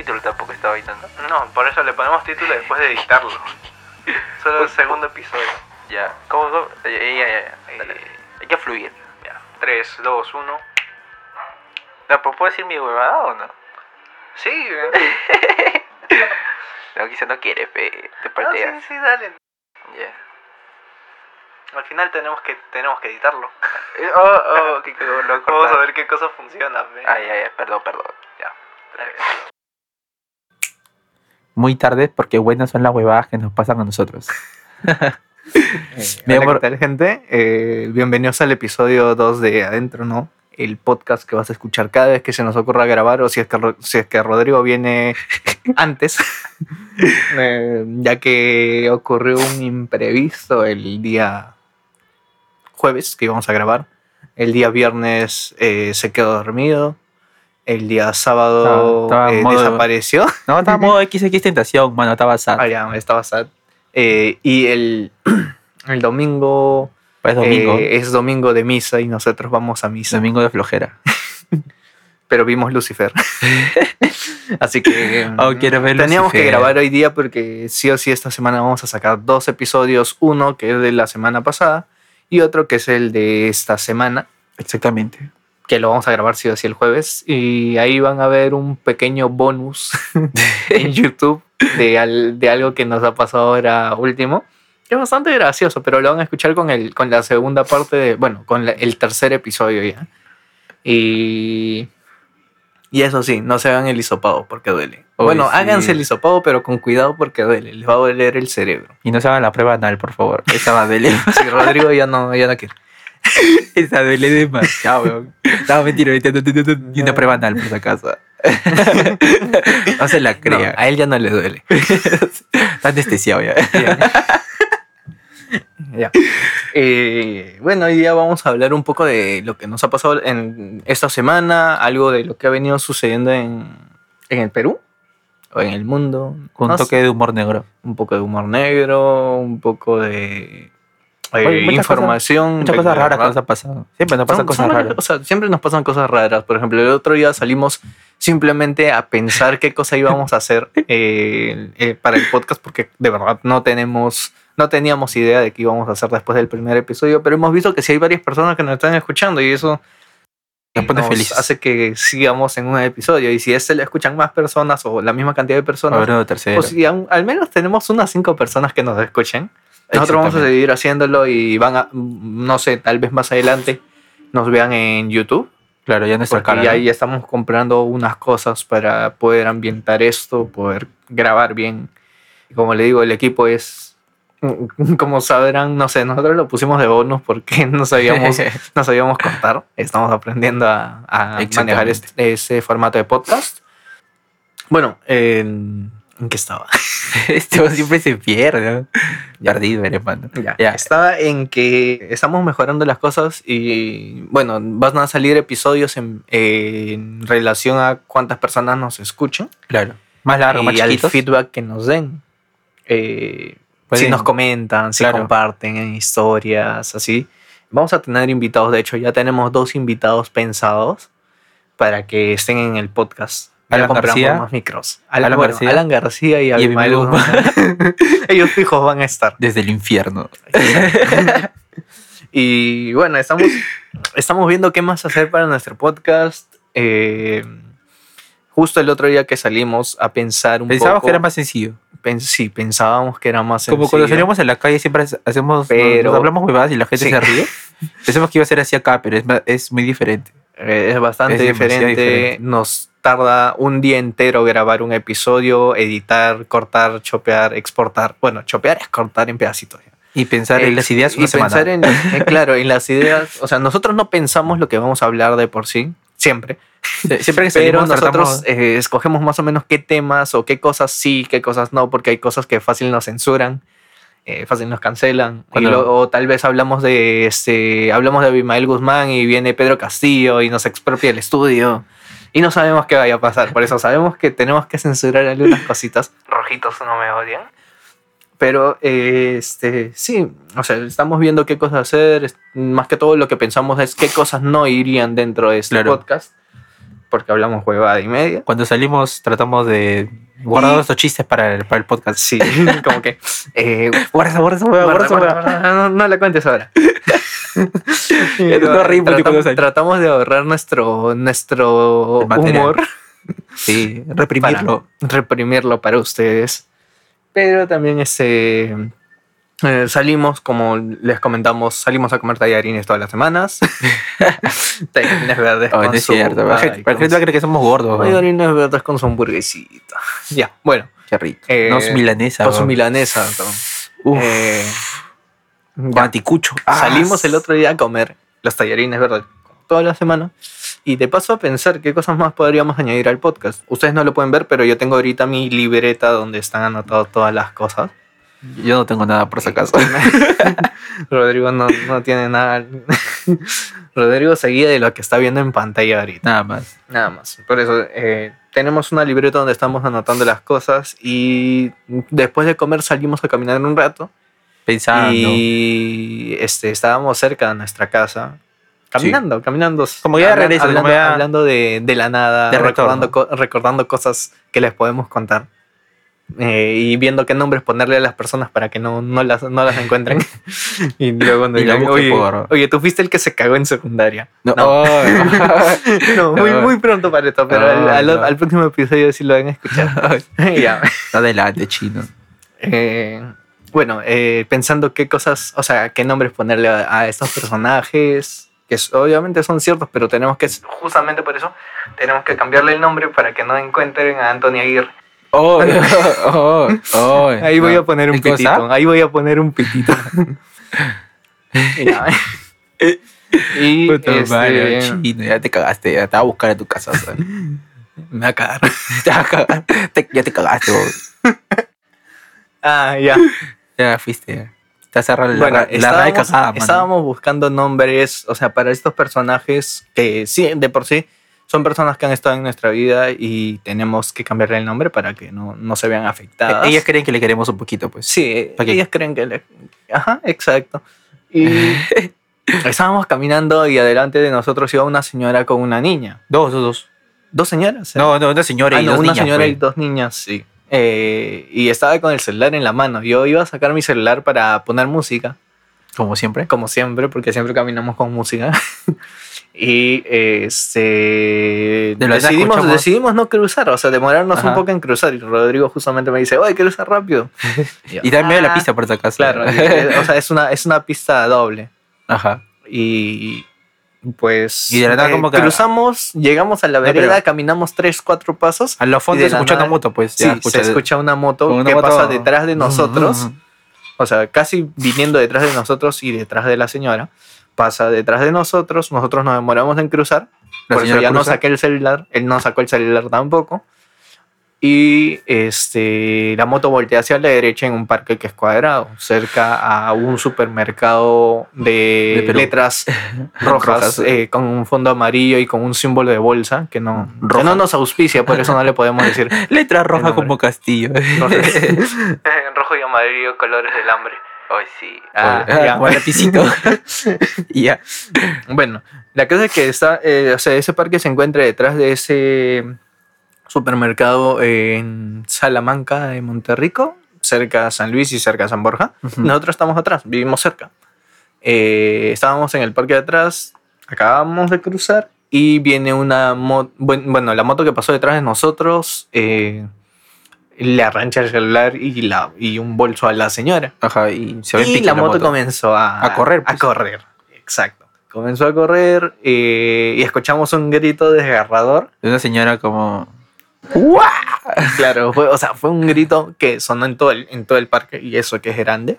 está habitando. No, por eso le ponemos título después de editarlo. Solo el segundo episodio. Ya, ¿cómo? cómo? Ya, ya, ya, ya, dale. Eh. Hay que fluir. Ya, 3, 2, 1. No, pero ¿puedo decir mi huevada o no? Ah, Sí, No, quizás no quieres, pe. Te no, sí, parteas. Ah, sí, dale. Ya. Al final tenemos que, tenemos que editarlo. Eh, Oh, oh, que cagó, lo Vamos a cortado. ver qué cosa funciona. ve. Ay, ay, ay, Ah, perdón, perdón. Ya. Tres. muy tarde porque buenas son las huevadas que nos pasan a nosotros. Mi Eh, hola, amor. ¿qué tal, gente? Eh, bienvenidos al episodio 2 de Adentro, ¿no? El podcast que vas a escuchar cada vez que se nos ocurra grabar o si es que, Ro- si es que Rodrigo viene antes, Eh, ya que ocurrió un imprevisto el día jueves que íbamos a grabar. El día viernes eh, se quedó dormido. El día Estaba- sábado estaba en eh, modo- desapareció. No, estaba modo XX tentación, mano, estaba sad. Ah, ya, estaba sad. Eh, y el, el domingo Pues domingo, eh, es domingo de misa y nosotros vamos a misa. domingo de flojera. Pero vimos Lucifer. Así que eh, Oh, quiero ver mm, teníamos que Lucifer. grabar hoy día porque sí o sí esta semana vamos a sacar dos episodios. Uno que es de la semana pasada y otro que es el de esta semana, Exactamente. que lo vamos a grabar sí o sí el jueves. Y ahí van a ver un pequeño bonus en YouTube de, al- de algo que nos ha pasado ahora último. que Es bastante gracioso, pero lo van a escuchar con, el, con la segunda parte de. Bueno, con la- el tercer episodio ya. Y. Y eso sí, no se hagan el hisopado porque duele. Uy, bueno, sí. háganse el hisopado, pero con cuidado porque duele. Les va a doler el cerebro. Y no se hagan la prueba anal, por favor. Esa va a doler. Sí, Rodrigo ya no, ya no quiere. Esa duele demasiado, weón. No, mentira, ahorita no, no, no, ni una prueba anal por si acaso. No se la No, crea. a él ya no le duele. Está anestesiado ya. Ya. Eh, bueno, hoy día vamos a hablar un poco de lo que nos ha pasado en esta semana, algo de lo que ha venido sucediendo en, en el Perú o en el mundo. Con No un sé, Mm, toque de humor negro. un poco de humor negro, un poco de Oye, eh, muchas cosas- información. Muchas de- cosas raras que ra- nos han pasado. Siempre nos son- pasan cosas son varias raras. cosas. siempre nos pasan cosas raras. Por ejemplo, el otro día salimos simplemente a pensar qué cosa íbamos a hacer eh, eh, para el podcast, porque de verdad no tenemos, no teníamos idea de qué íbamos a hacer después del primer episodio, pero hemos visto que sí hay varias personas que nos están escuchando y eso Nos pone felices. hace que sigamos en un episodio. Y si este lo escuchan más personas o la misma cantidad de personas, Habrá uno tercero. o si aún- al menos tenemos unas cinco personas que nos escuchen. Nosotros vamos a Exactamente. seguir haciéndolo y van a, no sé, tal vez más adelante nos vean en YouTube. Claro, ya nuestra Porque cara. ya, ¿no? ya estamos comprando unas cosas para poder ambientar esto, poder grabar bien. Y Como le digo, el equipo es, como sabrán, no sé, nosotros lo pusimos de bonus porque no sabíamos, no sabíamos contar. Estamos aprendiendo a, a manejar Exactamente. este, ese formato de podcast. Bueno, en- ¿en qué estaba? Este weón siempre se pierde. ¿no? Perdido, hermano. Ya, Ya. Estaba en que estamos mejorando las cosas y bueno, van a salir episodios en, en relación a cuántas personas nos escuchan Claro. Más largo, más y al chiquito. feedback que nos den. Eh, si Pueden- nos comentan, si Claro. comparten en historias, así. Vamos a tener invitados, de hecho ya tenemos dos invitados pensados para que estén en el podcast. Ya Alan compramos García. más micros. Alan, Alan bueno, García. Alan García y, Abimael Abimael Guzmán. Ellos fijos van a estar. Desde el infierno. Y bueno, estamos, estamos viendo qué más hacer para nuestro podcast. Eh, justo el otro día que salimos a pensar un Pensábamos poco. que era más sencillo. pen- sí, pensábamos que era más Como cuando sencillo. salimos en la calle siempre hace- hacemos. Pero- nos hablamos huevadas y la gente Sí. se ríe. Pensamos que iba a ser así acá, pero es, ma- es muy diferente. Eh, es bastante Es demasiado diferente. diferente. Nos tarda un día entero grabar un episodio, editar, cortar, chopear, exportar. Bueno, chopear es cortar en pedacitos. ya. Y pensar en las Ex- ideas Eh, y una semana. pensar en eh, claro en las ideas o sea nosotros no pensamos lo que vamos a hablar de por sí siempre Sie- Siempre que Pero salimos, nosotros tratamos- eh, escogemos más o menos qué temas o qué cosas sí, qué cosas no, porque hay cosas que fácil nos censuran, eh, fácil nos cancelan. Y Cuando- luego o tal vez hablamos de este, hablamos de Abimael Guzmán y viene Pedro Castillo y nos expropia el estudio. Y no sabemos qué vaya a pasar, por eso sabemos que tenemos que censurar algunas cositas. Rojitos no me odian. Pero eh, este, sí, o sea, estamos viendo qué cosas hacer. es- Más que todo lo que pensamos es qué cosas no irían dentro de este Claro. podcast. Porque hablamos huevada y media. Cuando salimos, tratamos de, de Guardado estos chistes para el, para el podcast. Sí, como que. eh, Guarda esa, guarda esa hueva, guarda guarda, esa guarda, hueva. guarda, no, no la cuentes ahora. te estaba riendo, tipo, dos tratamos, años. tratamos de ahorrar nuestro, nuestro El material. humor Sí, reprimirlo. para reprimirlo para ustedes. Pero también este, eh, salimos, como les comentamos, salimos a comer tallarines todas las semanas. tallarines verdes. Oh, no con es su- cierto. la ay, gente- Para que con gente va a creer que somos gordos. su- weón. tallarines verdes con su hamburguesita. Ya, bueno. Qué rico. Eh, no es milanesa. Con su weón. milanesa. ¿no? Uf, Eh, con ya. anticucho. Ah, Salimos el otro día a comer los tallarines verdes toda la semana. Y de paso a pensar qué cosas más podríamos añadir al podcast. Ustedes no lo pueden ver, pero yo tengo ahorita mi libreta donde están anotadas todas las cosas. Yo no tengo nada por si acaso. Rodrigo no, no tiene nada. Rodrigo seguía de lo que está viendo en pantalla ahorita. nada más. Nada más. Por eso eh, tenemos una libreta donde estamos anotando las cosas y después de comer salimos a caminar un rato. Pensando. Y este, estábamos cerca de nuestra casa. Caminando, caminando. Como ya de Habla- regreso, como Hablando, ya- hablando de, de la nada, De recordando, co- recordando cosas que les podemos contar. Eh, y viendo qué nombres ponerle a las personas para que no, no, las, no las encuentren. y luego nos Y la dirán, busque oye, por- oye, tú fuiste el que se cagó en secundaria. No. No. oh. No, muy, No. muy pronto para esto, pero No, al, al- Ah, no. al próximo episodio sí lo van a escuchar. ya. Adelante, chino. Eh, bueno, eh, pensando qué cosas, o sea, qué nombres ponerle a, a estos personajes, que es- obviamente son ciertos, pero tenemos que, justamente por eso, tenemos que cambiarle el nombre para que no encuentren a Antonio Aguirre. Oh, oh, oh. Ahí voy a poner un ¿Qué cosa? pitito, ahí voy a poner un pitito. Ya. y Puta este, madre, chino, ya te cagaste, ya te va a buscar a tu casa. o sea. me va a cagar. Te va a cagar, te- ya te cagaste, vos. Ah, ya. ya fuiste. Te has cerrado la, Bueno, ra- la raya estábamos, casada, mano. E-, estábamos buscando nombres, o sea, para estos personajes que sí, de por sí, son personas que han estado en nuestra vida y tenemos que cambiarle el nombre para que no, no se vean afectadas. Eh, Ellas creen que le queremos un poquito, pues. sí, Ok. ellas creen que... le- Ajá, exacto. Y estábamos caminando y adelante de nosotros iba una señora con una niña. Dos, dos, dos. ¿Dos señoras? eh? No, no, una señora Ah, y no, dos una niñas, señora pues. y dos niñas, sí. Eh, y estaba con el celular en la mano. Yo iba a sacar mi celular para poner música Como siempre. como siempre, porque siempre caminamos con música. y este, De la nada decidimos, escuchamos- decidimos no cruzar, o sea, demorarnos Ajá. un poco en cruzar. Y Rodrigo justamente me dice, oye, quiero usar rápido. yo, Y también medio "Ah". la pista por si acaso. Claro, y, eh, o sea, es una, es una pista doble. Ajá. Y pues Y de la nada como que- cruzamos, llegamos a la No, vereda, pero- caminamos tres, cuatro pasos. A los fondos de la escuchando nada- moto, pues. Sí, ya se escucha una moto con una que moto- pasa detrás de nosotros. Mm, mm, mm. O sea, casi viniendo detrás de nosotros y detrás de la señora. Pasa detrás de nosotros, nosotros nos demoramos en cruzar. La por eso señora ya no cruza. saqué el celular, él no sacó el celular tampoco. Y este, la moto voltea hacia la derecha en un parque que es cuadrado, cerca a un supermercado De de, Perú. letras rojas, Rojas. eh, con un fondo amarillo y con un símbolo de bolsa que no, que Roja. no nos auspicia, por eso no le podemos decir. Letra roja nombre. como castillo. En rojo y amarillo, colores del hambre. Hoy sí. Ah, Ah, ya. Como el lapicito. Y ya. Bueno, la cosa es que está, eh, o sea, ese parque se encuentra detrás de ese supermercado en Salamanca de Monterrico, cerca a San Luis y cerca a San Borja. Ujú. Nosotros estamos atrás, vivimos cerca. Eh, estábamos en el parque de atrás, acabamos de cruzar y viene una moto, bueno, la moto que pasó detrás de nosotros eh, le arranca el celular y, la, y un bolso a la señora Ajá, y se ven y pique la moto, comenzó a, A correr, pues. A correr, exacto. Comenzó a correr eh, y escuchamos un grito desgarrador. De una señora como. Claro, fue, o sea, fue un grito que sonó en todo el, en todo el parque y eso que es grande.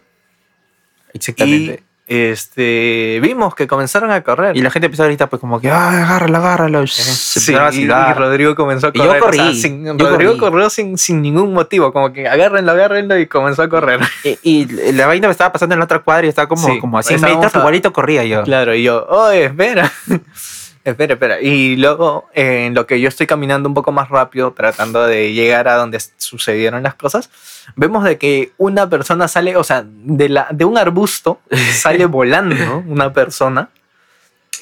Y Exactamente. este, vimos que comenzaron a correr. Eh, Y, la gente empezó a gritar, pues, como que, ah, agárralo, agárralo. Se Sí, empezaron a y- y silbar. Rodrigo comenzó a Y yo correr. o sea, corrí, sin- yo Rodrigo corrí. corrió sin, sin ningún motivo, como que agárrenlo, agárrenlo y comenzó a correr. Y, y la vaina me estaba pasando en la otra cuadra y estaba como, Sí, como a 100 estábamos metros, a- igualito corría yo. Claro, y yo, oh, espera. espera, espera. Y luego, eh, en lo que yo estoy caminando un poco más rápido, tratando de llegar a donde s- sucedieron las cosas, vemos de que una persona sale, o sea, de, la, de un arbusto sale volando una persona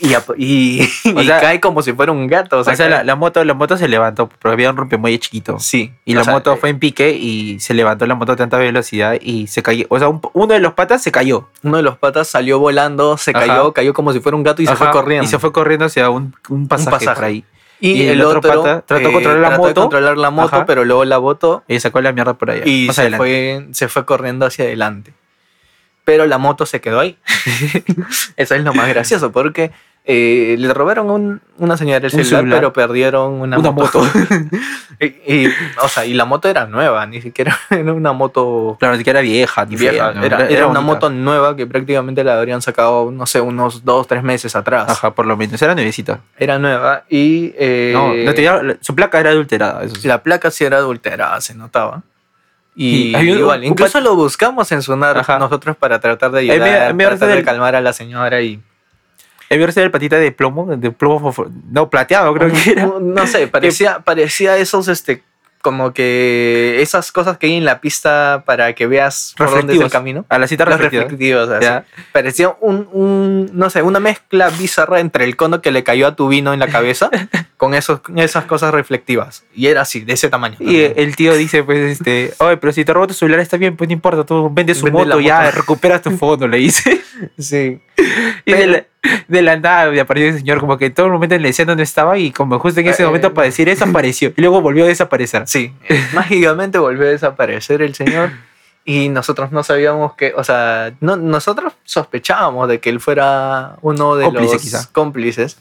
Y, ap- y- O y sea- cae como si fuera un gato. O sea, O sea, cae- la, la moto, la moto se levantó, pero había un rompemuelle chiquito. sí. Y O la sea, eh, moto fue en pique y se levantó la moto a tanta velocidad y se cayó. O sea, un- uno de los patas se cayó. Uno de los patas salió volando, se Ajá. cayó, cayó como si fuera un gato y se Ajá, fue corriendo. Y se fue corriendo hacia un, un pasaje, pasaje. por ahí. Y eh, y el otro pata trató de controlar la trató moto. controlar la moto, Ajá. pero luego la moto Y sacó la mierda por allá. y Más se adelante. fue, se fue corriendo hacia adelante. Pero la moto se quedó ahí. Eso es lo más gracioso, porque eh, le robaron a un- una señora el Un celular, celular. pero perdieron una, Una moto. y, y, o sea, y la moto era nueva, ni siquiera era una moto Claro, ni siquiera vieja, ni fea, vieja. ¿no? era, era una bonita. moto nueva que prácticamente la habrían sacado, no sé, unos dos, tres meses atrás. Ajá, por lo menos. Era nuevecita. Era nueva y... eh, No, no tenía- su placa era adulterada, eso sí. la placa sí era adulterada, se notaba. Y, Sí, hay un- igual, un incluso lo buscamos en sonar Ajá. nosotros para tratar de me- ayudar, me parece tratar de del- calmar a la señora y... He visto el patita de plomo, de plomo, fofo- no, plateado creo que era. No, no sé, parecía, parecía esos, este, como que esas cosas que hay en la pista para que veas por dónde es el Reflectivos. camino. A la cita Los reflectiva. reflectivos, así. Ya. Parecía un, un, no sé, una mezcla bizarra entre el cono que le cayó a tu vino en la cabeza con esos, esas cosas reflectivas. Y era así, de ese tamaño. Y también. el tío dice, pues, este, oye, pero si te robo tu celular está bien, pues no importa, tú vende su Vende la moto ya, moto". recuperas tu fondo, le dice. sí. Y de la, de la nada apareció el señor, como que en todo el momento en la escena no estaba y como justo en ese Eh, momento para decir eso apareció. Y luego volvió a desaparecer. Sí, mágicamente volvió a desaparecer el señor y nosotros no sabíamos que, o sea, no, nosotros sospechábamos de que él fuera uno de Cómplice, los quizá. cómplices.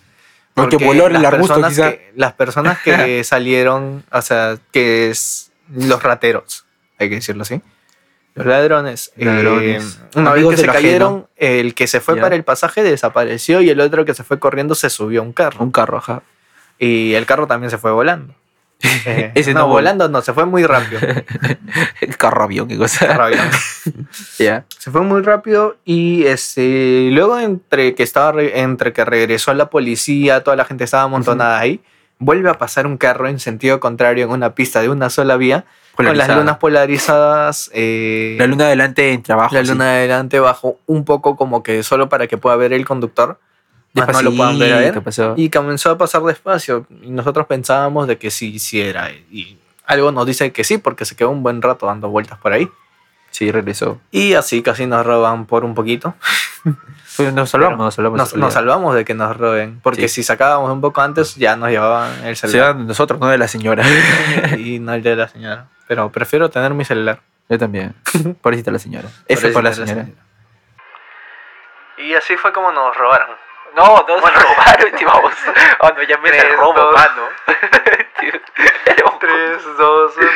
Porque voló en el arbusto, personas quizá. Que, las personas que salieron, o sea, que es los rateros, hay que decirlo así. Los ladrones. eh, Ladrones. una vez Amigos que de se lo cayeron, el que se fue Ya. para el pasaje desapareció y el otro que se fue corriendo se subió a un carro. Un carro, ajá. Y el carro también se fue volando. Eh, Ese no, no voló. volando no, se fue muy rápido. El carro avión, qué cosa. Rabia. Ya. Se fue muy rápido y este, luego entre que, estaba re- entre que regresó la policía, toda la gente estaba amontonada ahí, vuelve a pasar un carro en sentido contrario en una pista de una sola vía, con las Polarizada. lunas polarizadas, eh, La luna adelante en trabajo. la luna adelante bajo, un poco como que solo para que pueda ver el conductor, más no lo puedan ver a él. Y Y comenzó a pasar despacio y nosotros pensábamos de que sí, hiciera Y algo nos dice que sí, porque se quedó un buen rato dando vueltas por ahí. sí, regresó. Y así casi nos roban por un poquito. Pues nos salvamos, nos salvamos. Nos, nos salvamos de que nos roben. Porque Sí. si sacábamos un poco antes, ya nos llevaban el Se celular. dan nosotros, no de la señora. y no el de la señora. Pero prefiero tener mi celular. Yo también. Pobrecita la señora. F por la señora. Y así fue como nos robaron. No, no se robaron, chivamos. Oh, no, ya me Tres, la robo, dos. mano. 3, 2, 1.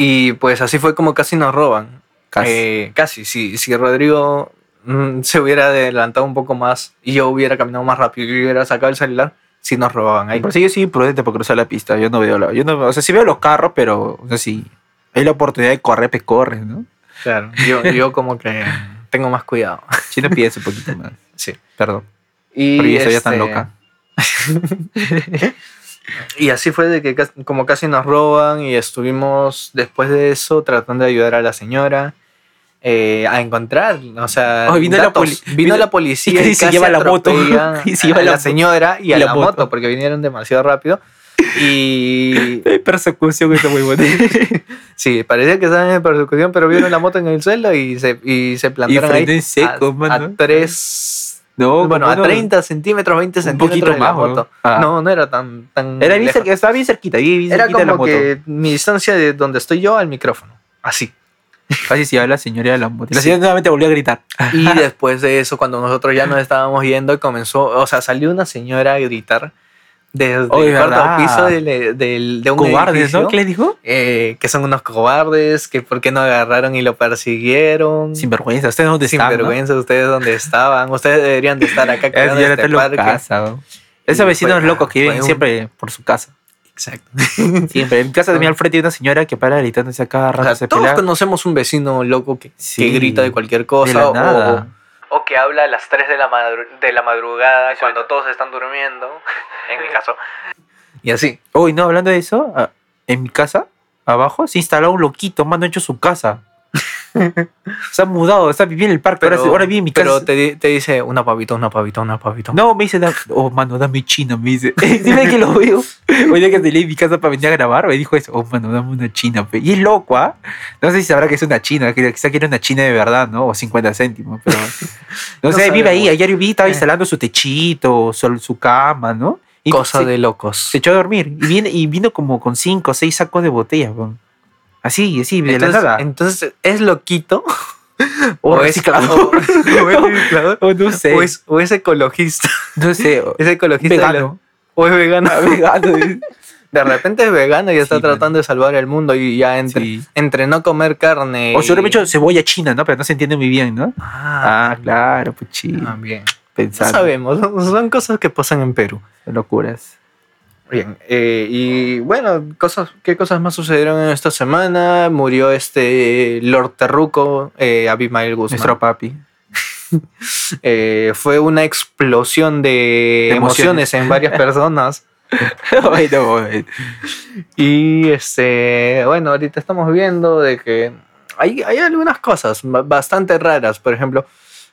Y pues así fue como casi nos roban. Casi. Eh, casi. Si, si Rodrigo mm, se hubiera adelantado un poco más y yo hubiera caminado más rápido y hubiera sacado el celular, si nos robaban ahí. Por eso yo soy imprudente para cruzar la pista. Yo no veo la. Yo no, o sea, sí veo los carros, pero. O sea, sí. Hay la oportunidad de correr, pues corres, ¿no? Claro. Yo, yo como que tengo más cuidado. Si no pides un poquito más. Sí. Perdón. Y Pero yo soy este, tan loca. Y así fue de que cas- como casi nos roban y estuvimos después de eso tratando de ayudar a la señora eh, a encontrar, o sea, Oh, vino la datos. poli- vino, vino- la policía y y, casi se casi lleva la moto. atropellan Y se lleva a la, la mo- señora y a y la, la moto. moto. porque vinieron demasiado rápido y Hay persecución, está muy bueno. sí, parecía que estaban en persecución, pero vieron la moto en el suelo y se y se plantaron frenó ahí en seco, a- a, mano. tres no, bueno, a como no. 30 centímetros, 20 Un centímetros poquito de la más, weón. moto. Ah. No, no era tan tan Era bien lejos. cerca, estaba bien cerquita, bien, bien Era cerquita de la como moto. que mi distancia de donde estoy yo al micrófono. Así. Casi se iba la señora de la moto. Y La Sí. señora nuevamente volvió a gritar. Y después de eso, cuando nosotros ya nos estábamos yendo, comenzó, o sea, salió una señora a gritar desde Oh, el cuarto ¿verdad? piso del- del- de un Cobardes, edificio, ¿no? ¿Qué le dijo? eh, que son unos cobardes, que por qué no agarraron y lo persiguieron. Sinvergüenza, ¿ustedes dónde están? vergüenza vergüenza, ustedes donde estaban. Ustedes deberían de estar acá Esa cuidando señora está este en la parque. casa. ¿no? Esos Y vecinos fue- locos que fue viven un- siempre por su casa. Exacto. Siempre. En mi casa también al frente hay una señora que para gritándose a cada O rato. sea, se todos pelea. conocemos un vecino loco que, que Sí. grita de cualquier De cosa. la o- nada. O que habla a las 3 de la, madru- de la madrugada Eso cuando es. todos están durmiendo. En mi caso. y así. Uy, no, hablando de eso, ah, en mi casa, abajo, se instaló un loquito, mano, hecho su casa. Se ha mudado, está viviendo en el parque, ahora, ahora vive en mi casa. Pero te, di- te dice una pavita, una pavita, una pavita. No, me dice, da- oh mano, dame china, me dice. Dime que lo veo. Hoy día que salí de mi casa para venir a grabar, me dijo eso, oh mano, dame una china. pe". Y es loco, ¿ah? No sé si sabrá que es una china, que quizá quiere una china de verdad, ¿no? O 50 céntimos, pero. No, No sé, vive ahí. sabemos. Ayer vi, estaba Eh. instalando su techito, su, su cama, ¿no? Y Cosa se, de locos. se echó a dormir. Y, viene, y vino como con 5 o 6 sacos de botellas, weón. Así, así, de la entonces, nada. entonces, ¿es loquito? O es- reciclado. o- o es reciclador, O no sé. o es- o es ecologista. no sé. o- Es ecologista. de la- Vegano. O es vegano. Vegano. De repente es vegano y está Sí, tratando de salvar el mundo y ya entre, Sí. entre no comer carne. O y- seguro me hecho cebolla china, ¿no? Pero no se entiende muy bien, ¿no? Ah, Ah, claro, pues chido. también. No Pensando. sabemos, son- son cosas que pasan en Perú. Locuras. Bien, eh, y bueno, cosas, ¿qué cosas más sucedieron en esta semana? Murió este Lord Terruco, eh, Abimael Guzmán. Nuestro papi. Eh, fue una explosión de, emociones. emociones en varias personas. Ay, no, güey. Y este, bueno, ahorita estamos viendo de que hay, hay algunas cosas ba- bastante raras, por ejemplo,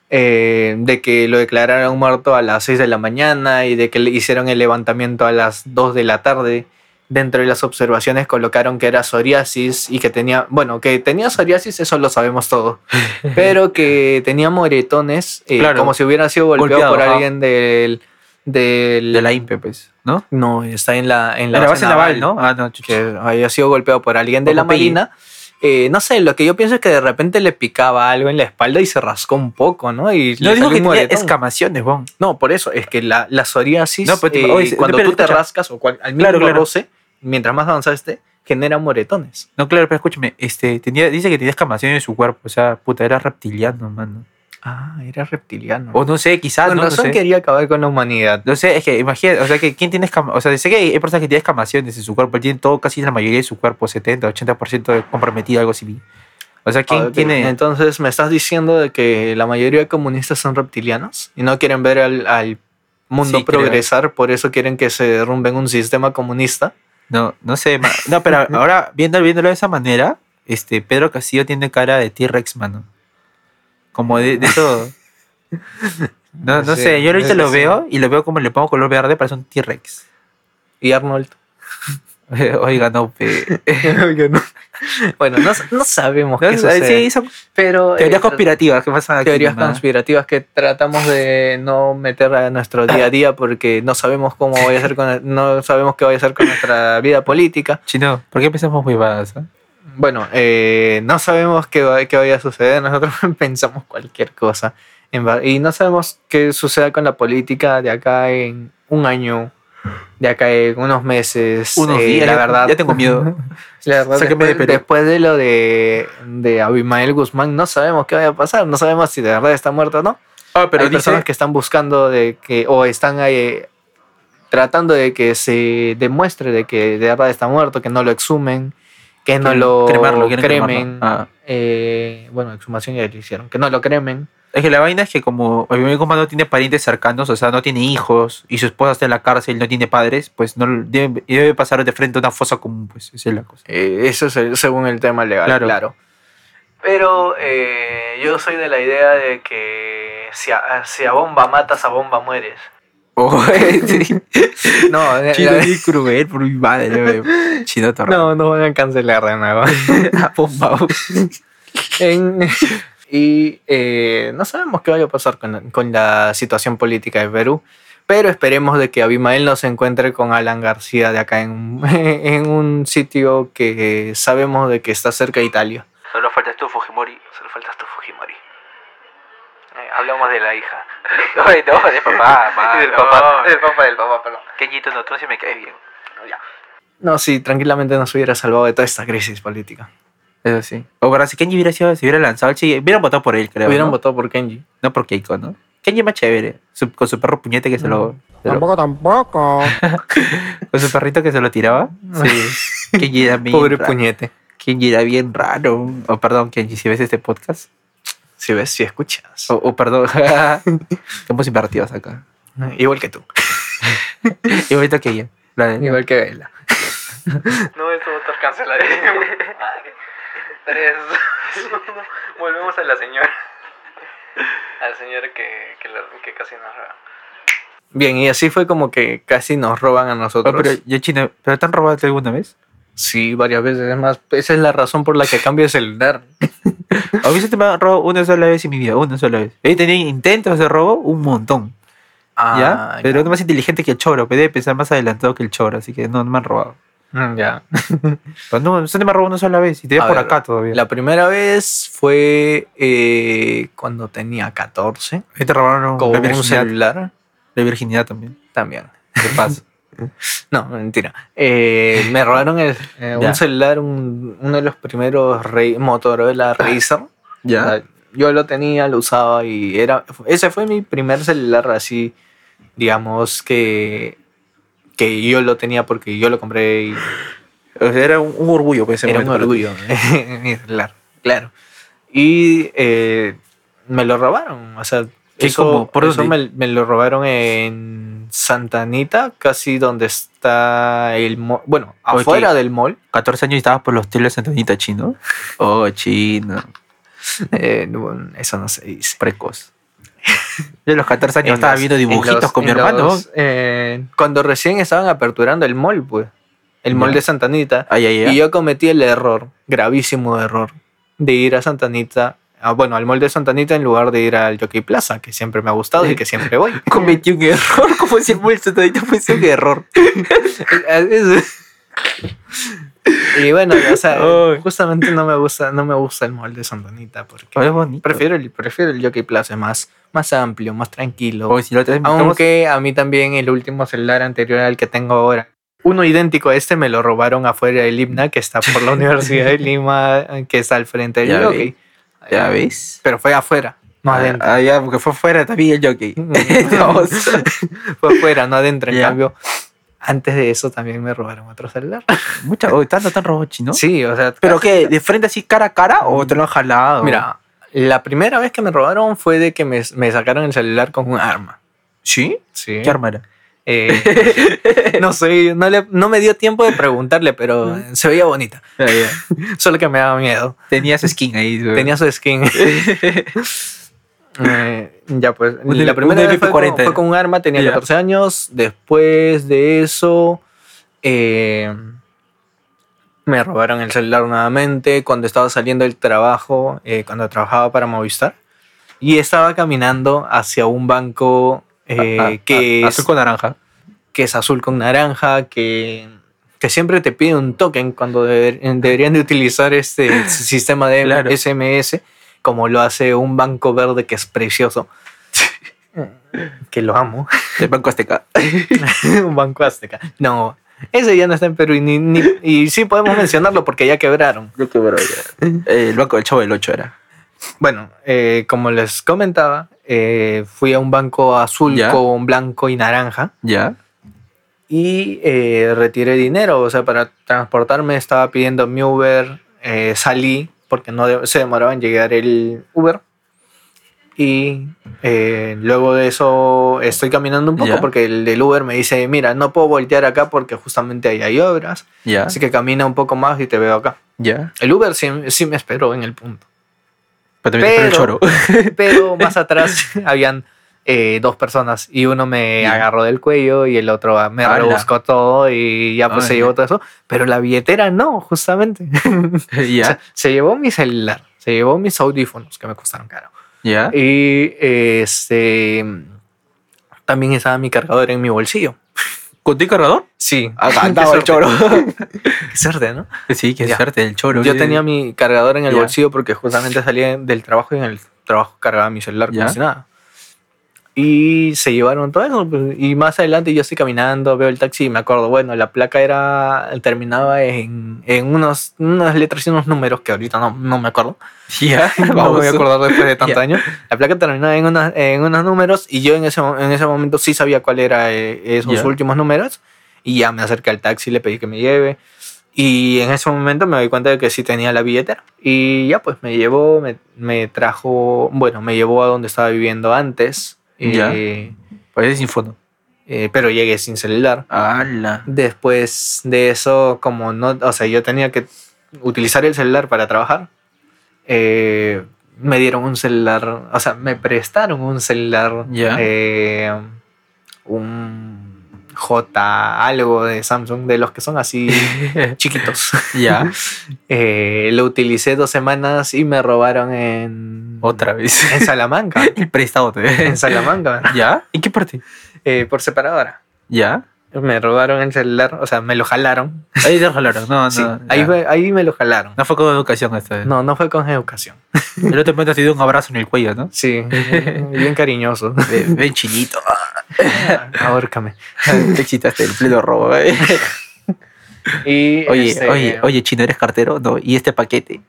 eh, de que lo declararon muerto a las 6 de la mañana y de que le hicieron el levantamiento a las 2 de la tarde. Dentro de las observaciones colocaron que era psoriasis y que tenía, bueno, que tenía psoriasis, eso lo sabemos todos, pero que tenía moretones, eh, Claro. como si hubiera sido golpeado, Golpeado, por ajá. alguien del... del De la INPE, pues, ¿no? no, está en la, en La, la, la base naval, ¿no? Ah, no, chucha. que haya sido golpeado por alguien de Por la Popeye. marina. Eh, no sé, lo que yo pienso es que de repente le picaba algo en la espalda y se rascó un poco, ¿no? Y No digo le salió que un tenía moretón. escamaciones, bon. No, por eso, es que la, la psoriasis, No, pero te- eh, oye, cuando pero tú te escucha. rascas o cual- al mismo Claro, claro. roce, mientras más avanzaste, genera moretones. No, claro, pero escúchame. Este, tenía, dice que tenía escamaciones en su cuerpo. O sea, puta, era reptiliano, mano. Ah, era reptiliano. O no sé, quizás, Con Ah, ¿no? razón no sé. quería acabar con la humanidad. No sé, es que imagínate, o sea, que ¿quién tiene escamaciones? O sea, sé que hay personas que tienen escamaciones en su cuerpo, tienen todo, casi la mayoría de su cuerpo, 70, 80% comprometido, algo así. O sea, ¿quién Ah, ok. tiene? Entonces, ¿me estás diciendo de que la mayoría de comunistas son reptilianos? Y no quieren ver al, al mundo Sí, creo. progresar, por eso quieren que se derrumbe en un sistema comunista. No, no sé. ma- No, pero ahora, viendo, viéndolo de esa manera, este Pedro Castillo tiene cara de T-Rex, mano. Como de, de todo. No, no Sí, sé, yo ahorita sí, lo sí. veo y lo veo como le pongo color verde, parece un T-Rex. Y Arnold. Oiga, no, pe. Yo no. bueno, no, no sabemos No, qué sí, sucede. son pero, teorías eh, conspirativas, ¿qué pasa aquí? teorías nomás? conspirativas que tratamos de no meter a nuestro día a día porque no sabemos cómo vaya a ser con no sabemos qué vaya a ser con nuestra vida política. Chino, ¿por qué pensamos huevadas? ah? Bueno, eh, no sabemos qué, va- qué vaya a suceder, nosotros pensamos cualquier cosa. en va- Y no sabemos qué suceda con la política de acá en un año, de acá en unos meses. Unos eh, días, la ya- verdad. ya tengo miedo. La verdad, Sáquenme de después, Perú. después de lo de, de Abimael Guzmán, no sabemos qué vaya a pasar, no sabemos si de verdad está muerto o no. Ah, Pero hay personas que están buscando de que, o están eh, tratando de que se demuestre de que de verdad está muerto, que no lo exhumen, que no lo cremarlo, quieren cremen. cremarlo. Ah. Eh, bueno, exhumación ya lo hicieron, que no lo cremen. Es que la vaina es que como mi amigo no tiene parientes cercanos, o sea, no tiene hijos, y su esposa está en la cárcel, no tiene padres, pues no debe, debe pasar de frente a una fosa común, pues esa es la cosa. Eh, eso es el- según el tema legal, Claro. claro. Pero eh, yo soy de la idea de que si a, si a bomba matas, a bomba mueres. No, eh, Oh, Chino la- es cruel por mi madre, wey. Chino torre. no, no van a cancelar de nuevo. Ah, En- y eh, no sabemos qué vaya a pasar con, con la situación política de Perú, pero esperemos de que Abimael nos encuentre con Alan García de acá en, un- en un sitio que sabemos de que está cerca de Italia. Solo faltas tú, Fujimori. Solo faltas tú, Fujimori. Eh, hablamos de la hija. Ay, no, de papá, mano. del papá, del papá, del papá, perdón. Keñito, no, tú sí me caes bien. Ya. No, sí, tranquilamente nos hubiera salvado de toda esta crisis política. Eso sí. O Brasileño hubiera sido, se hubiera lanzado el Che, hubieran votado por él, creo. Hubieran ¿no? votado por Kenji. No por Keiko, ¿no? Kenji es más chévere, su- con su perro puñete que se lo... se lo- Tampoco, tampoco. con su perrito que se lo tiraba. Sí. Kenji era bien Pobre raro. puñete. Kenji era bien raro. O perdón, Kenji, si ves este podcast. Si ves, si escuchas. O, o perdón. Estamos invertidos acá. Igual que tú. Y ahorita que ella. La de- Igual que Vela. No, esto va a estar cancelado. 3, 2, 1. Volvemos a la señora. Al señor que, que, la- que casi nos roba. Bien, y así fue como que casi nos roban a Ah, nosotros. pero ya China, ¿pero te han robado alguna vez? Sí, varias veces. Es más, esa es la razón por la que cambio de celular. A mí se te me han robado una sola vez en mi vida, una sola vez. He tenido intentos de robo un montón, ¿ya? Ah, pero uno más inteligente que el choro, pero debe pensar más adelantado que el choro, así que no, no me han robado. Mm, ya. Pero no, se te me han robado una sola vez y te veo A por ver, acá todavía. La primera vez fue eh, cuando tenía 14, Ahí te robaron con la un virginidad, celular la virginidad también, también. de paso. No, mentira. Eh, me robaron el- eh, Ya. un celular, un- uno de los primeros Re- Motorola Razer. ya. O sea, Yo lo tenía, lo usaba y era. Ese fue mi primer celular así, digamos que. Que yo lo tenía porque yo lo compré y O sea, era un, un orgullo, pues. ese era un momento para ti. orgullo. eh, mi celular, claro. Y eh, me lo robaron. O sea, ¿Qué, eso, cómo? ¿Por eso dónde? me, me lo robaron en Santa Anita, casi donde está el mall. Bueno, Ok. afuera del mall. 14 años y estabas por los teles de Antonita Chino. Oh, Chino. Eh, bueno, eso no se dice. Precoz. Yo a los 14 años En estaba los- viendo en dibujitos los- con mi en hermano. los, eh, cuando recién estaban aperturando el mall, pues. El mall Ya. de Santanita. Ay, ay, Y ay. yo cometí el error, gravísimo error, de ir a Santanita. ah, bueno, al mall de Santanita en lugar de ir al Jockey Plaza, que siempre me ha gustado y que siempre voy. cometí un error. Como si el bolso de Antonita fuese un error. y bueno, o sea, Ay. justamente no me gusta, no me gusta el mall de Santanita porque Pero es bonito. prefiero el, prefiero el Jockey Plaza, es más, más amplio, más tranquilo. Como si la otra vez me Aunque a mí también el último celular anterior al que tengo ahora, uno idéntico a este, me lo robaron afuera del Limna, que está por la Universidad de Lima, que está al frente del Ya jockey. estamos- ¿Ya ves? Pero fue afuera, no Ah, adentro. ah, ya, porque fue fuera también el jockey. Vamos. Fue afuera, no adentro. En ah. Ya. cambio, antes de eso también me robaron otro celular. Mucha, oh, tanto tan robot chino. Sí, o sea. ¿Pero qué? ¿De frente así cara a cara o te lo han jalado? Mira, la primera vez que me robaron fue de que me, me sacaron el celular con un arma. ¿Sí? Sí. ¿Qué arma era? Eh, no sé, no, le- no me dio tiempo de preguntarle, pero se veía bonita. Ah, ya. Solo que me daba miedo. Tenía su skin ahí. su- Tenía su skin. Eh, ya pues, Un la LP40 primera vez fue con, era. fue con un arma, tenía Ya. 14 años. Después de eso, eh, me robaron el celular nuevamente cuando estaba saliendo del trabajo, eh, cuando trabajaba para Movistar. Y estaba caminando hacia un banco eh, Ah, ah, que, ah, es, azul con naranja. que es azul con naranja, que, que siempre te pide un token cuando deber- deberían de utilizar este sistema de Claro. SMS, como lo hace un banco verde que es precioso. que lo amo. Del Banco Azteca. un banco azteca. No, ese ya no está en Perú y, ni- ni- y sí podemos mencionarlo porque ya quebraron. Yo qué bravo, ya. Eh, El banco del Chavo del 8 era. Bueno, eh, como les comentaba, eh, fui a un banco azul Ya. con blanco y naranja. ¿Ya? y eh, retiré dinero. O sea, para transportarme estaba pidiendo mi Uber, eh, salí porque no de- se demoraba en llegar el Uber. Y eh, luego de eso estoy caminando un poco Ya. porque el del Uber me dice, mira, no puedo voltear acá porque justamente ahí hay obras. ¿Ya? Así que camina un poco más y te veo acá. ¿Ya? El Uber sí, sí me esperó en el punto. Pero también te espero el Pero- choro. Pero más atrás habían eh, dos personas y uno me Ya. agarró del cuello y el otro ah, me Ala. rebuscó todo y ya pues se Ala. llevó todo eso. Pero la billetera no, justamente. O sea, ¿Ya? se llevó mi celular, se llevó mis audífonos que me costaron caro. ¿Ya? Y eh, este también estaba mi cargador en mi bolsillo. ¿Con tu cargador? Sí, Agantado Qué el choro. suerte, qué suerte, ¿no? Sí, qué Ya. suerte del choro. Yo tenía mi cargador en el Ya. bolsillo porque justamente salía del trabajo y en el trabajo cargaba mi celular como Ya. si nada. Y se llevaron todo eso. pues, Y más adelante yo estoy caminando, veo el taxi y me acuerdo, bueno, la placa era terminaba en, en unos, unas letras y unos números que ahorita no, no me acuerdo. Ya, No me voy a baboso. acordar después de tantos Ya. años. La placa terminaba en, unas- en unos números y yo en ese, mo- en ese momento sí sabía cuál era eh, esos Ya. últimos números y ya me acerqué al taxi, le pedí que me lleve y en ese momento me doy cuenta de que sí tenía la billetera y ya pues me llevó, me, me trajo, bueno, me llevó a donde estaba viviendo antes, Ya. eh, Parece sin fondo. eh, pero llegué sin celular. ¡Hala! Después de eso, como no, o sea, yo tenía que utilizar el celular para trabajar. eh, me dieron un celular, o sea, me prestaron un celular, Ya. eh, un J algo de Samsung, de los que son así chiquitos. ya, Eh, lo utilicé dos semanas y me robaron en... otra vez. En Salamanca. El prestado te en Salamanca. ¿Ya? ¿En qué parte? eh, por separadora. ¿Ya? Me robaron el celular, o sea, me lo jalaron. Ahí te jalaron. No, no. Sí, Ah, ya. ahí, fue- ahí me lo jalaron. No fue con educación esta vez. No, no fue con educación. El otro momento te dio un abrazo en el cuello, ¿no? Sí, bien cariñoso. Ven, ven, chinito. Ahórcame. Te excitaste el pleno robo. eh. Y Oye, este, oye, oye, chino, ¿eres cartero? No, ¿y este paquete?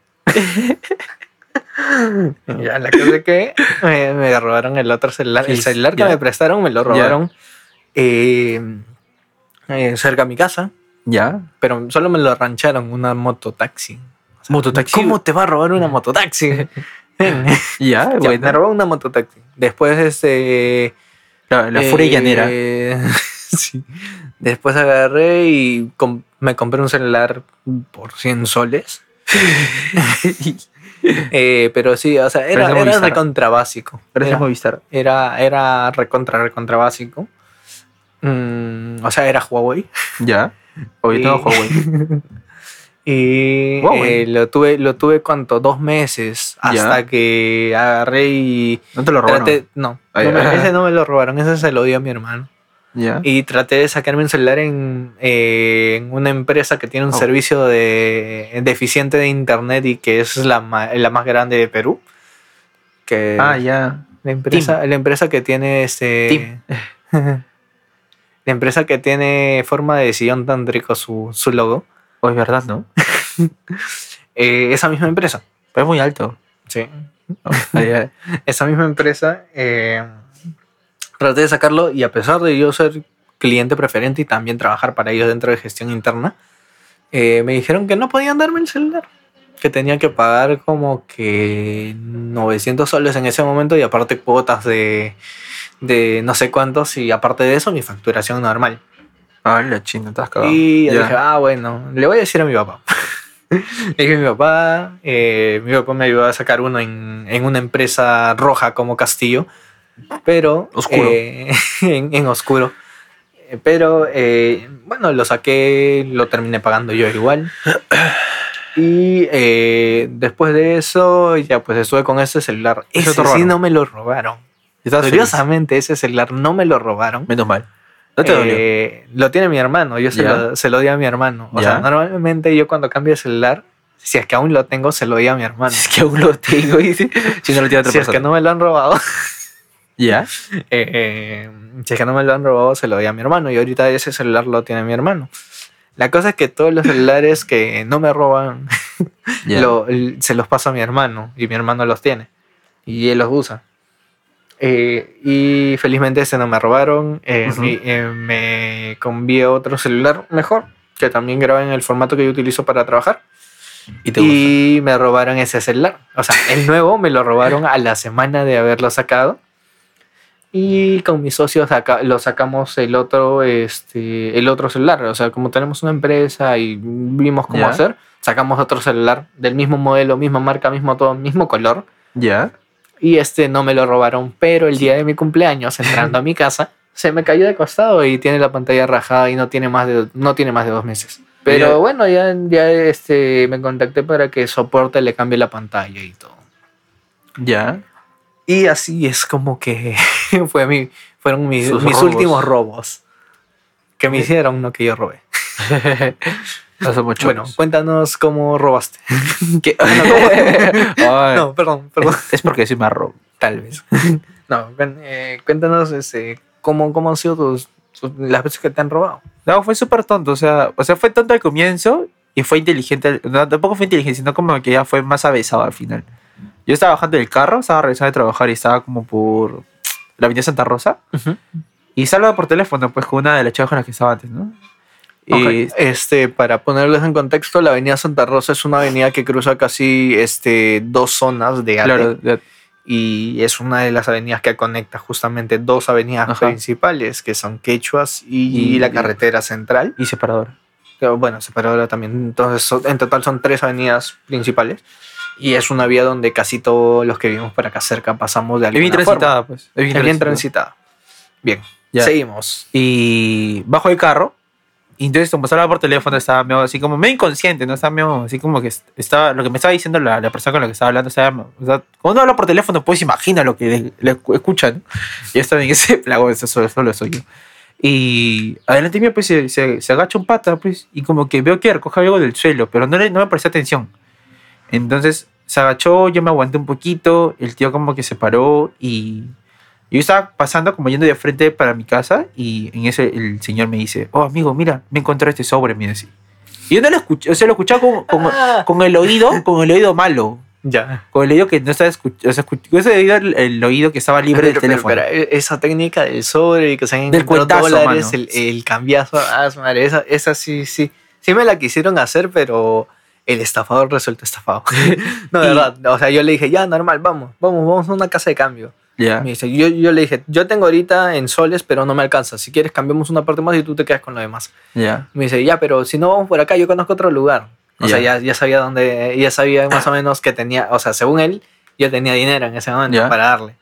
Ya, la cosa es que me, me robaron el otro celular. El Sí, celular que ya. me prestaron me lo robaron eh, eh, cerca de mi casa, ¿Ya? pero solo me lo arrancharon una mototaxi. O sea, Mototaxi. ¿Cómo te va a robar una mototaxi? Ven. ¿Ya? Ya, bueno. me robó una mototaxi. Después, este. La, la furia eh, llanera. sí. Después agarré y com- me compré un celular por 100 soles. Eh, pero sí, o sea, era, Parece era Movistar. recontra básico. Gracias, Era, Movistar. era, era recontra, recontra básico. Mm, o sea, era Huawei. ¿Ya? Oye, Y- no, Huawei. Y Huawei. eh, lo tuve, lo tuve cuánto, dos meses Ya. hasta que agarré y No te lo robaron. Traté- no, Ah, no me- ya. ese no me lo robaron, ese se lo dio a mi hermano. ¿Ya? Y traté de sacarme un celular en, eh, en una empresa que tiene un Oh. servicio de deficiente de internet y que es la, ma- la más grande de Perú. Que Ah, ya. la, empresa, la empresa que tiene este. la empresa que tiene forma de sillón tan rico su, su logo. Oye, es verdad, ¿no? eh, esa misma empresa. Pero es muy alto. Sí. Ah, ya. esa misma empresa, eh, traté de sacarlo y a pesar de yo ser cliente preferente y también trabajar para ellos dentro de gestión interna, eh, me dijeron que no podían darme el celular, que tenía que pagar como que 900 soles en ese momento y aparte cuotas de, de no sé cuántos y aparte de eso mi facturación normal. Ah, la china, estás cagado. Y yo Ya. dije, ah, bueno, le voy a decir a mi papá. le dije a mi papá, eh, mi papá me ayudó a sacar uno en, en una empresa roja como Castillo, pero... Oscuro. eh, en, en oscuro. Eh, Pero, eh, bueno, lo saqué, lo terminé pagando yo igual. Y eh, después de eso, ya pues estuve con ese celular. Ese Ese te sí robaron. no me lo robaron. Estás feliz. Curiosamente, ese celular no me lo robaron. Menos mal. No te dolió. "Ah, Eh, Lo tiene mi hermano, yo se, Ya. lo, se lo di a mi hermano. O Ya. sea, normalmente yo cuando cambio de celular, si es que aún lo tengo, se lo di a mi hermano. Si es que aún lo tengo, y si, si no lo tiene otra Si es persona. que no me lo han robado, ¿Ya? eh, eh, si es que no me lo han robado, se lo di a mi hermano. Y ahorita ese celular lo tiene mi hermano. La cosa es que todos los celulares que no me roban, ¿Ya? lo- l- se los paso a mi hermano y mi hermano los tiene. Y él los usa. Eh, y felizmente ese no me robaron. eh, Ujú. mi- eh, me convié otro celular mejor, que también graba en el formato que yo utilizo para trabajar. ¿Y te gusta? Y me robaron ese celular. O sea, el nuevo me lo robaron a la semana de haberlo sacado. Y con mis socios saca- lo sacamos el otro, este, el otro celular. O sea, como tenemos una empresa y vimos cómo Ya. hacer, sacamos otro celular del mismo modelo, misma marca, mismo todo, mismo color. ¿Ya? Y este no me lo robaron, pero el día de mi cumpleaños, entrando a mi casa, se me cayó de costado y tiene la pantalla rajada y no tiene más de, no tiene más de dos meses. Pero Ya. bueno, ya, ya este, me contacté para que soporte le cambie la pantalla y todo. ¿Ya? Y así es como que fue mi, fueron mis, Sus mis robos. últimos robos que me hicieron, no que yo robé. No somos choros. Bueno, cuéntanos cómo robaste. ¿Qué? Ay, No, perdón, perdón. Es, es porque soy más robo. Tal vez. no, cuen- eh, cuéntanos este, ¿cómo, cómo han sido tus, tus- las veces que te han robado. No, fue súper tonto, o sea, o sea, fue tonto al comienzo y fue inteligente, al- no, tampoco fue inteligente, sino como que ya fue más avesado al final. Yo estaba bajando del carro, estaba regresando de trabajar y estaba como por la avenida Santa Rosa y salgo por teléfono, pues con una de las chavas con las que estaba antes, ¿no? Y Ok, Este, para ponerles en contexto, la avenida Santa Rosa es una avenida que cruza casi este, dos zonas de Ate claro, de- y es una de las avenidas que conecta justamente dos avenidas Ajá. principales que son Quechuas y, Y- la carretera central. y separador. Pero bueno, separadora también. Entonces, so- en total son tres avenidas principales. Y es una vía donde casi todos los que vivimos para acá cerca pasamos de Es alguna bien forma. transitada, pues. Es Es bien transitada. Bien, Ya. seguimos. Y bajo el carro. Y entonces, como se hablaba por teléfono, estaba medio así como medio inconsciente, ¿no? Estaba medio así como que estaba. Lo que me estaba diciendo la, la persona con la que estaba hablando, estaba, o sea, cuando uno habla por teléfono, pues imagina lo que le, le escu- escucha, ¿no? Yo estaba en ese plago, eso solo, solo soy yo. Y adelante mío, pues se, se, se agacha un pata, pues, y como que veo que recoge algo del suelo, pero no, le, no me presté atención. Entonces se agachó, yo me aguanté un poquito, el tío como que se paró y yo estaba pasando como yendo de frente para mi casa y en ese el señor me dice, oh amigo, mira, me encontré este sobre, mira así. Y yo no lo escuché, o sea, lo escuchaba con, con- con el oído, con el oído malo, Ya. con el oído que no estaba escuchando, o sea, escuch- ese oído, el, el oído que estaba libre del Pero, pero, teléfono. pero, eh, esa técnica del sobre y que se han Del encontrado cuentazo, dólares, mano. el, el cambiazo, ah, su madre, esa, esa sí, sí. Sí me la quisieron hacer, pero el estafador resultó estafado. no, de Y- verdad. O sea, yo le dije, ya, normal, vamos, vamos, vamos a una casa de cambio. Ya. Me dice, yo, yo le dije, yo tengo ahorita en soles, pero no me alcanza. Si quieres, cambiamos una parte más y tú te quedas con lo demás. Ya. Me dice, ya, pero si no vamos por acá, yo conozco otro lugar. O sea, Ya. ya, ya sabía dónde, ya sabía más o menos que tenía, o sea, según él, yo tenía dinero en ese momento Ya. para darle.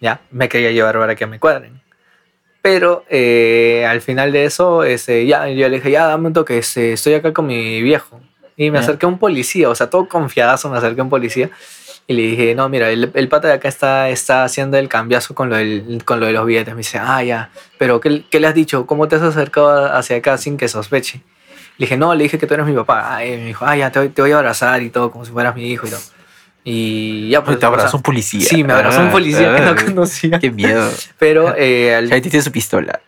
Ya, me quería llevar para que me cuadren. Pero eh, al final de eso, este, ya, yo le dije, ya, dame un toque, este, estoy acá con mi viejo. Y me Ya. acerqué a un policía, o sea, todo confiadazo me acerqué a un policía. Y le dije, no, mira, el, el pata de acá está, está haciendo el cambiazo con lo, del- con lo de los billetes. Me dice, ah, ya, pero ¿qué, qué le has dicho? ¿Cómo te has acercado a- hacia acá sin que sospeche? Le dije, no, le dije que tú eres mi papá. Ah, y me dijo, ah, ya, te, voy- te voy a abrazar y todo, como si fueras mi hijo y todo. Y ya, pues. Te o sea, abrazó un policía. Ah, Sí, me abrazó un policía que no conocía. Qué miedo. Pero, eh, al- Ahí tiene su pistola.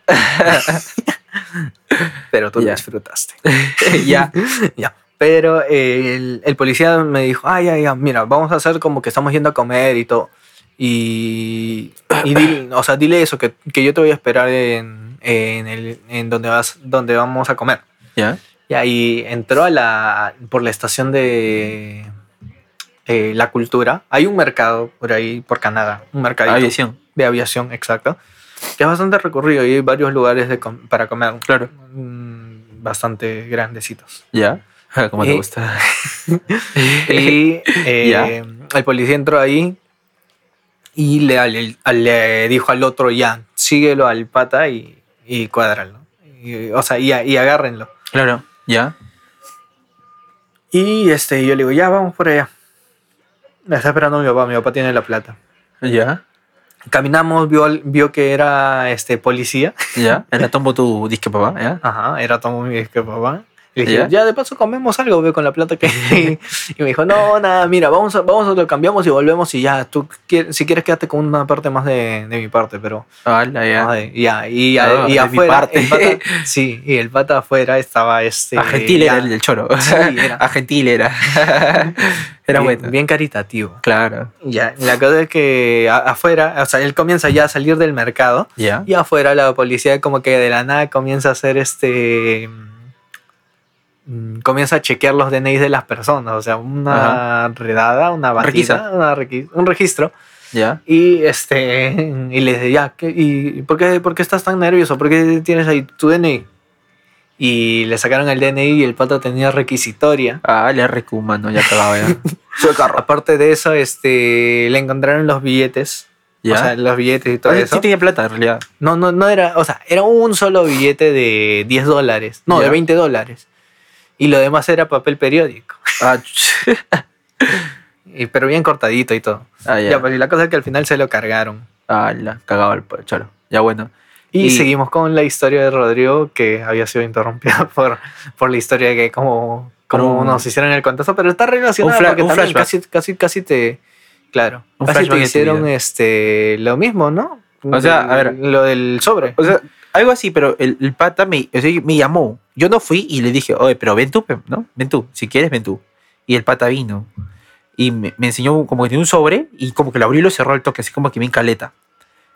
pero tú lo Ya. disfrutaste. ya. ya. Pero eh, el, el policía me dijo, ay, ay, ay, mira, vamos a hacer como que estamos yendo a comer y todo. Y, y dile, o sea, dile eso, que, que yo te voy a esperar en, en, el, en donde, vas, donde vamos a comer. Ya. Y ahí entró a la, por la estación de eh, la cultura. Hay un mercado por ahí, por Canadá, un mercadito Aviación. de aviación, exacto. Que es bastante recorrido y hay varios lugares de com- para comer. Claro. mm, Bastante grandecitos. Ya. Como Ah, te Eh, gusta. Y eh, el policía entró ahí y le, al- al- le dijo al otro, ya, síguelo al pata y, y cuádralo. Y, o sea, y, a- y agárrenlo. Claro. Ya. Y este, yo le digo, ya, vamos por allá. Me está esperando mi papá, mi papá tiene la plata. Ya. Caminamos, vio, al- vio que era este policía. Ya. Era tombo tu disque papá. Ya. Ajá, era todo mi que papá. Le dije, ¿Ya? ¿Ya? de paso comemos algo, ve, con la plata que... y me dijo, no, nada, mira, vamos a, vamos a, lo cambiamos y volvemos y ya, tú, quie- si quieres quédate con una parte más de, de mi parte, pero... Ala, ya. Ay, ya, y, a- Ah, y de mi afuera... parte. el pata- sí, y el pata afuera estaba este... Argentil Ah, era ya, el del choro. Sí, era. Argentil era. era bien- bueno. Bien caritativo. Claro. Ya, la cosa es que a- afuera, o sea, él comienza ya a salir del mercado. Ya. Y afuera la policía como que de la nada comienza a hacer este... mm, Comienza a chequear los DNIs de las personas, o sea, una redada, una batida, Requisa. una requi- un registro. Ya. Y este y les dice, ya, ¿qué- y, por, qué, ¿por qué estás tan nervioso? ¿Por qué tienes ahí tu DNI? Y le sacaron el DNI y el pato tenía requisitoria. Ah, la RQ, mano, ya acababa ya. Aparte de eso, este, le encontraron los billetes. ya. O sea, los billetes y todo Ah, sí, eso. sí tenía plata en realidad. No, no, no era, o sea, era un solo billete de 10 dólares, no, de Ya. 20 dólares. Y lo demás era papel periódico, Ah, ch- y- pero bien cortadito y todo. ah, ya. Ya, pues y la cosa es que al final se lo cargaron. Ah, la cagaba el po- cholo. Ya bueno. Y, Y- seguimos con la historia de Rodrigo, que había sido interrumpida por, por la historia de que como, como Por un- nos hicieron el contazo, pero está relacionado Un fla- porque un también flashback. casi, casi, casi te... Claro, Un casi flashback te de tu hicieron vida. este, lo mismo, ¿no? O sea, a ver. Lo del sobre. O sea, algo así, pero el, el pata me, o sea, me llamó. Yo no fui y le dije, oye, pero ven tú, pe, ¿no? Ven tú, si quieres, ven tú. Y el pata vino. Y me, me enseñó como que tenía un sobre y como que lo abrió y lo cerró al toque, así como que bien caleta.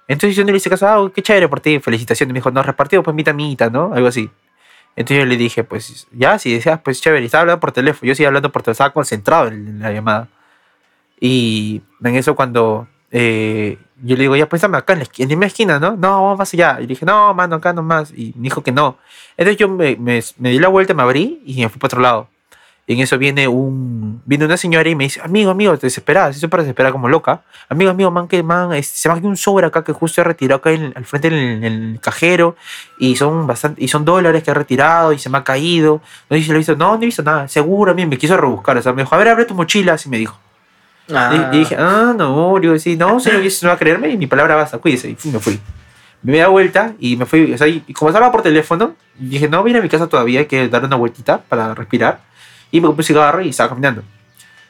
Entonces yo no le hice caso, ah, qué chévere por ti, felicitaciones. Me dijo, no, repartido pues mitad, mitad, ¿no? Algo así. Entonces yo le dije, pues ya, si deseas, pues chévere. Y estaba hablando por teléfono, yo seguía hablando por teléfono, estaba concentrado en la llamada. Y en eso cuando eh, yo le digo, ya, pues dame acá en la esquina, en la esquina, ¿no? No, vamos más allá. Y le dije, no, mano, acá nomás. Y me dijo que no. Entonces yo me, me- me di la vuelta, me abrí y me fui para otro lado. Y Y en eso viene un viene una señora y me dice, amigo, amigo, te desesperas, eso para desesperar como loca. Amigo, amigo, man, que man, este, se marca un sobre acá que justo he retirado acá en- al frente del del cajero y son bastante, y son dólares que ha retirado y se me ha caído. No dice, lo he visto, no, no he visto nada, seguro, a mí me quiso rebuscar. O sea, me dijo, a ver, abre tu mochila, así me dijo. Y, y dije, ah, no, le digo, sí, no, señor, eso no va a creerme y mi palabra basta, cuídese. Y me fui. Me da vuelta y me fui. O sea, y y como estaba por teléfono, dije, no, voy a ir a mi casa todavía, hay que dar una vueltita para respirar. Y me compré un cigarro y estaba caminando.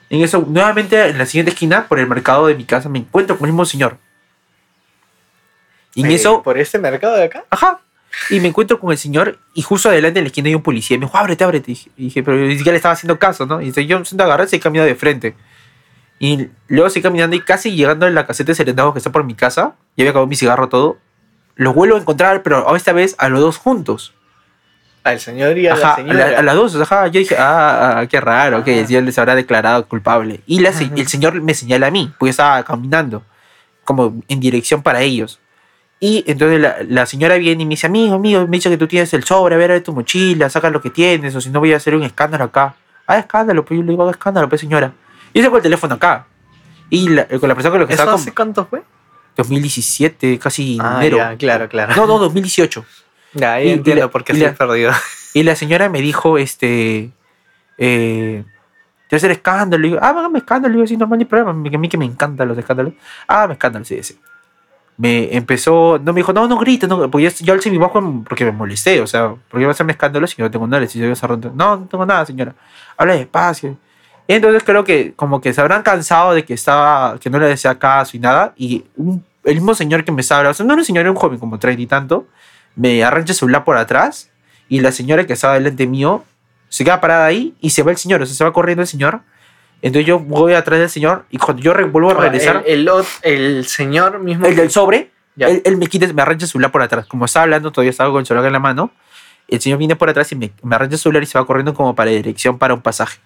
En eso, nuevamente, en la siguiente esquina, por el mercado de mi casa, me encuentro con el mismo señor. Y en Eh, eso, ¿Por este mercado de acá? ajá. Y me encuentro con el señor y justo adelante en la esquina hay un policía. Y me dijo, ábrete, ábrete. Y dije, pero ni siquiera le estaba haciendo caso, ¿no? Y dice, yo siento agarrar y se he caminado de frente. Y luego estoy caminando y casi llegando a la caseta de serendados que está por mi casa, ya había acabado mi cigarro todo, los vuelvo a encontrar, pero esta vez a los dos juntos. Al señor y a Ajá, la señora. a, la- a las dos, ajá. Yo dije, ah, ah, qué raro, que Ah. el señor les habrá declarado culpable. Y la se- Ajá. el señor me señala a mí, porque yo estaba caminando, como en dirección para ellos. Y entonces la, la señora viene y me dice, amigo, amigo, me dice que tú tienes el sobre, a ver, abre tu mochila, saca lo que tienes, o si no voy a hacer un escándalo acá. Ah, escándalo, pues yo le digo, haga escándalo, pues señora. Y yo saco el teléfono acá. Y la- con la persona con la que ¿Eso estaba... hace Con, cuánto fue? 2017, casi Ah, enero. ya, claro, claro. No, no, 2018. Ya, Y- ahí y entiendo la- por qué y estoy la- perdido. Y la señora me dijo, este, eh, tercer escándalo. Y yo, ah, hágame escándalo. Y yo, sí, normal, ni problema. A mí que me encantan los escándalos. Ah, me escándalo, sí, sí. Me empezó, no me dijo, no, no grites, no, porque yo, yo alcé mi voz con- porque me molesté, o sea, porque iba a hacerme escándalo si yo no tengo nada, si yo iba a cerrar- no, no tengo nada, señora, habla despacio. Y entonces creo que como que se habrán cansado de que estaba, que no le decía caso y nada, y un- el mismo señor que me estaba hablando, o sea, no era un señor, era un joven como treinta y tanto, me arrancha el celular por atrás y la señora que estaba delante mío se queda parada ahí y se va el señor, o sea, se va corriendo el señor. Entonces yo voy atrás del señor y cuando yo re- vuelvo a regresar, El, el ot- el señor mismo. el del sobre, Ya. él, él me quita, me arranca el celular por atrás. Como estaba hablando, todavía estaba con el celular en la mano. El señor viene por atrás y me, me arranca el celular y se va corriendo como para dirección para un pasaje.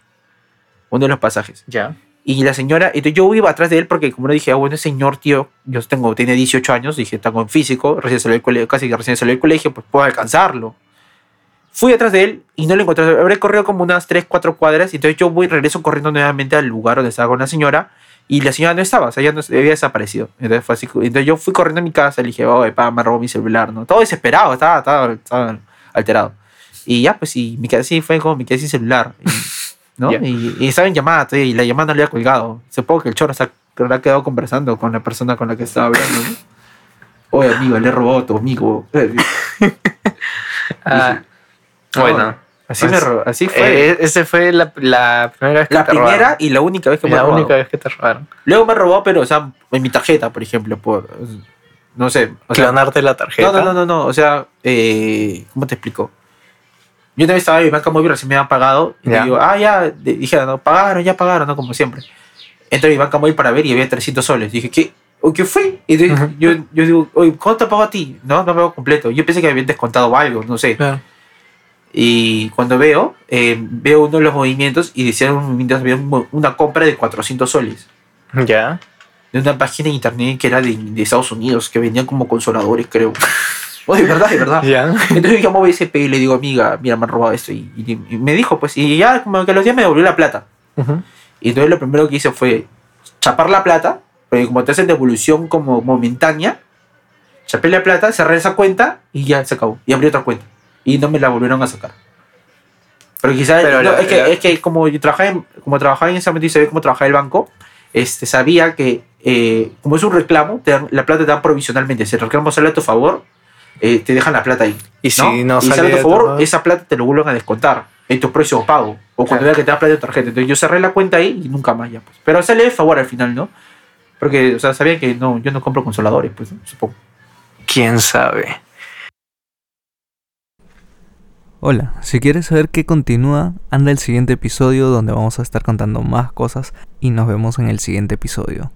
Uno de los pasajes. Ya. Y la señora, entonces yo iba atrás de él porque, como le dije, ah, bueno, señor, tío, yo tengo, tiene 18 años, dije, está con físico, recién salió del colegio, casi que recién salió del colegio, pues puedo alcanzarlo. Fui atrás de él y no lo encontré. Habré corrido como unas 3, 4 cuadras. Y entonces yo voy, regreso corriendo nuevamente al lugar donde estaba con la señora. Y la señora no estaba, o sea, ya no, había desaparecido. Entonces, fue así, entonces yo fui corriendo a mi casa, le dije, oye, pa, me robó mi celular, ¿no? Todo desesperado, estaba, estaba, estaba alterado. Y ya, pues, y me quedé así, fue como me quedé sin celular. y- ¿No? Ya. Y, y estaba en llamada, todavía, y la llamada no le había colgado. Supongo que el chorro se ha- habrá quedado conversando con la persona con la que estaba hablando, ¿no? Oye, amigo, le he robado a tu amigo. Ah, No, bueno. Así, Pues, me ro- así fue. Eh, ese fue la, la primera vez que la te primera robaron. y la única vez que me La ha robado. única vez que te robaron. Luego me robó, pero, o sea, en mi tarjeta, por ejemplo, por. No sé. o sea, Clonarte la tarjeta. No, no, no, no, no, O sea, eh, ¿cómo te explico? Yo una vez estaba en mi banca móvil, recién me habían pagado. Y Ya. digo, ah, ya. de- Dije, no, pagaron, ya pagaron, ¿no? Como siempre. Entré a mi banca móvil para ver y había 300 soles. Dije, ¿qué? ¿O ¿Qué fue? Y entonces Ujú. yo, yo digo, oye, ¿cuánto te pago a ti? No, no me pago completo. Yo pensé que me habían descontado algo, no sé. Claro. Y cuando veo, eh, veo uno de los movimientos y decía un movimiento, había un mo- una compra de 400 soles Ya. de una página de internet que era de, de Estados Unidos, que vendían como consoladores, creo. Oh, de verdad, de verdad. Ya. Entonces yo llamo a BSP y le digo, amiga, mira, me han robado esto. Y, y- y me dijo, pues, y ya como que a los días me devolvió la plata. Ujú. Y entonces lo primero que hice fue chapar la plata, porque como te hacen devolución como momentánea, chapé la plata, cerré esa cuenta y ya se acabó. Y abrí otra cuenta. Y no me la volvieron a sacar. Pero quizás, Pero no, la- es, que, la- es que como yo trabajaba en, como trabajaba en ese momento y sabía cómo trabajaba el banco, este, sabía que eh, como es un reclamo, te dan- la plata te dan provisionalmente. Si el reclamo sale a tu favor, eh, te dejan la plata ahí. Y si no, y si sale a de tu tu favor, mano- esa plata te lo vuelven a descontar en tu próximo pago. O cuando Claro. veas que te da plata de tarjeta. Entonces yo cerré la cuenta ahí y nunca más ya. Pues. Pero sale de favor al final, ¿no? Porque, o sea, sabía que no, yo no compro consoladores, pues, ¿no? supongo. ¿Quién sabe? Hola, si quieres saber qué continúa, anda al siguiente episodio donde vamos a estar contando más cosas y nos vemos en el siguiente episodio.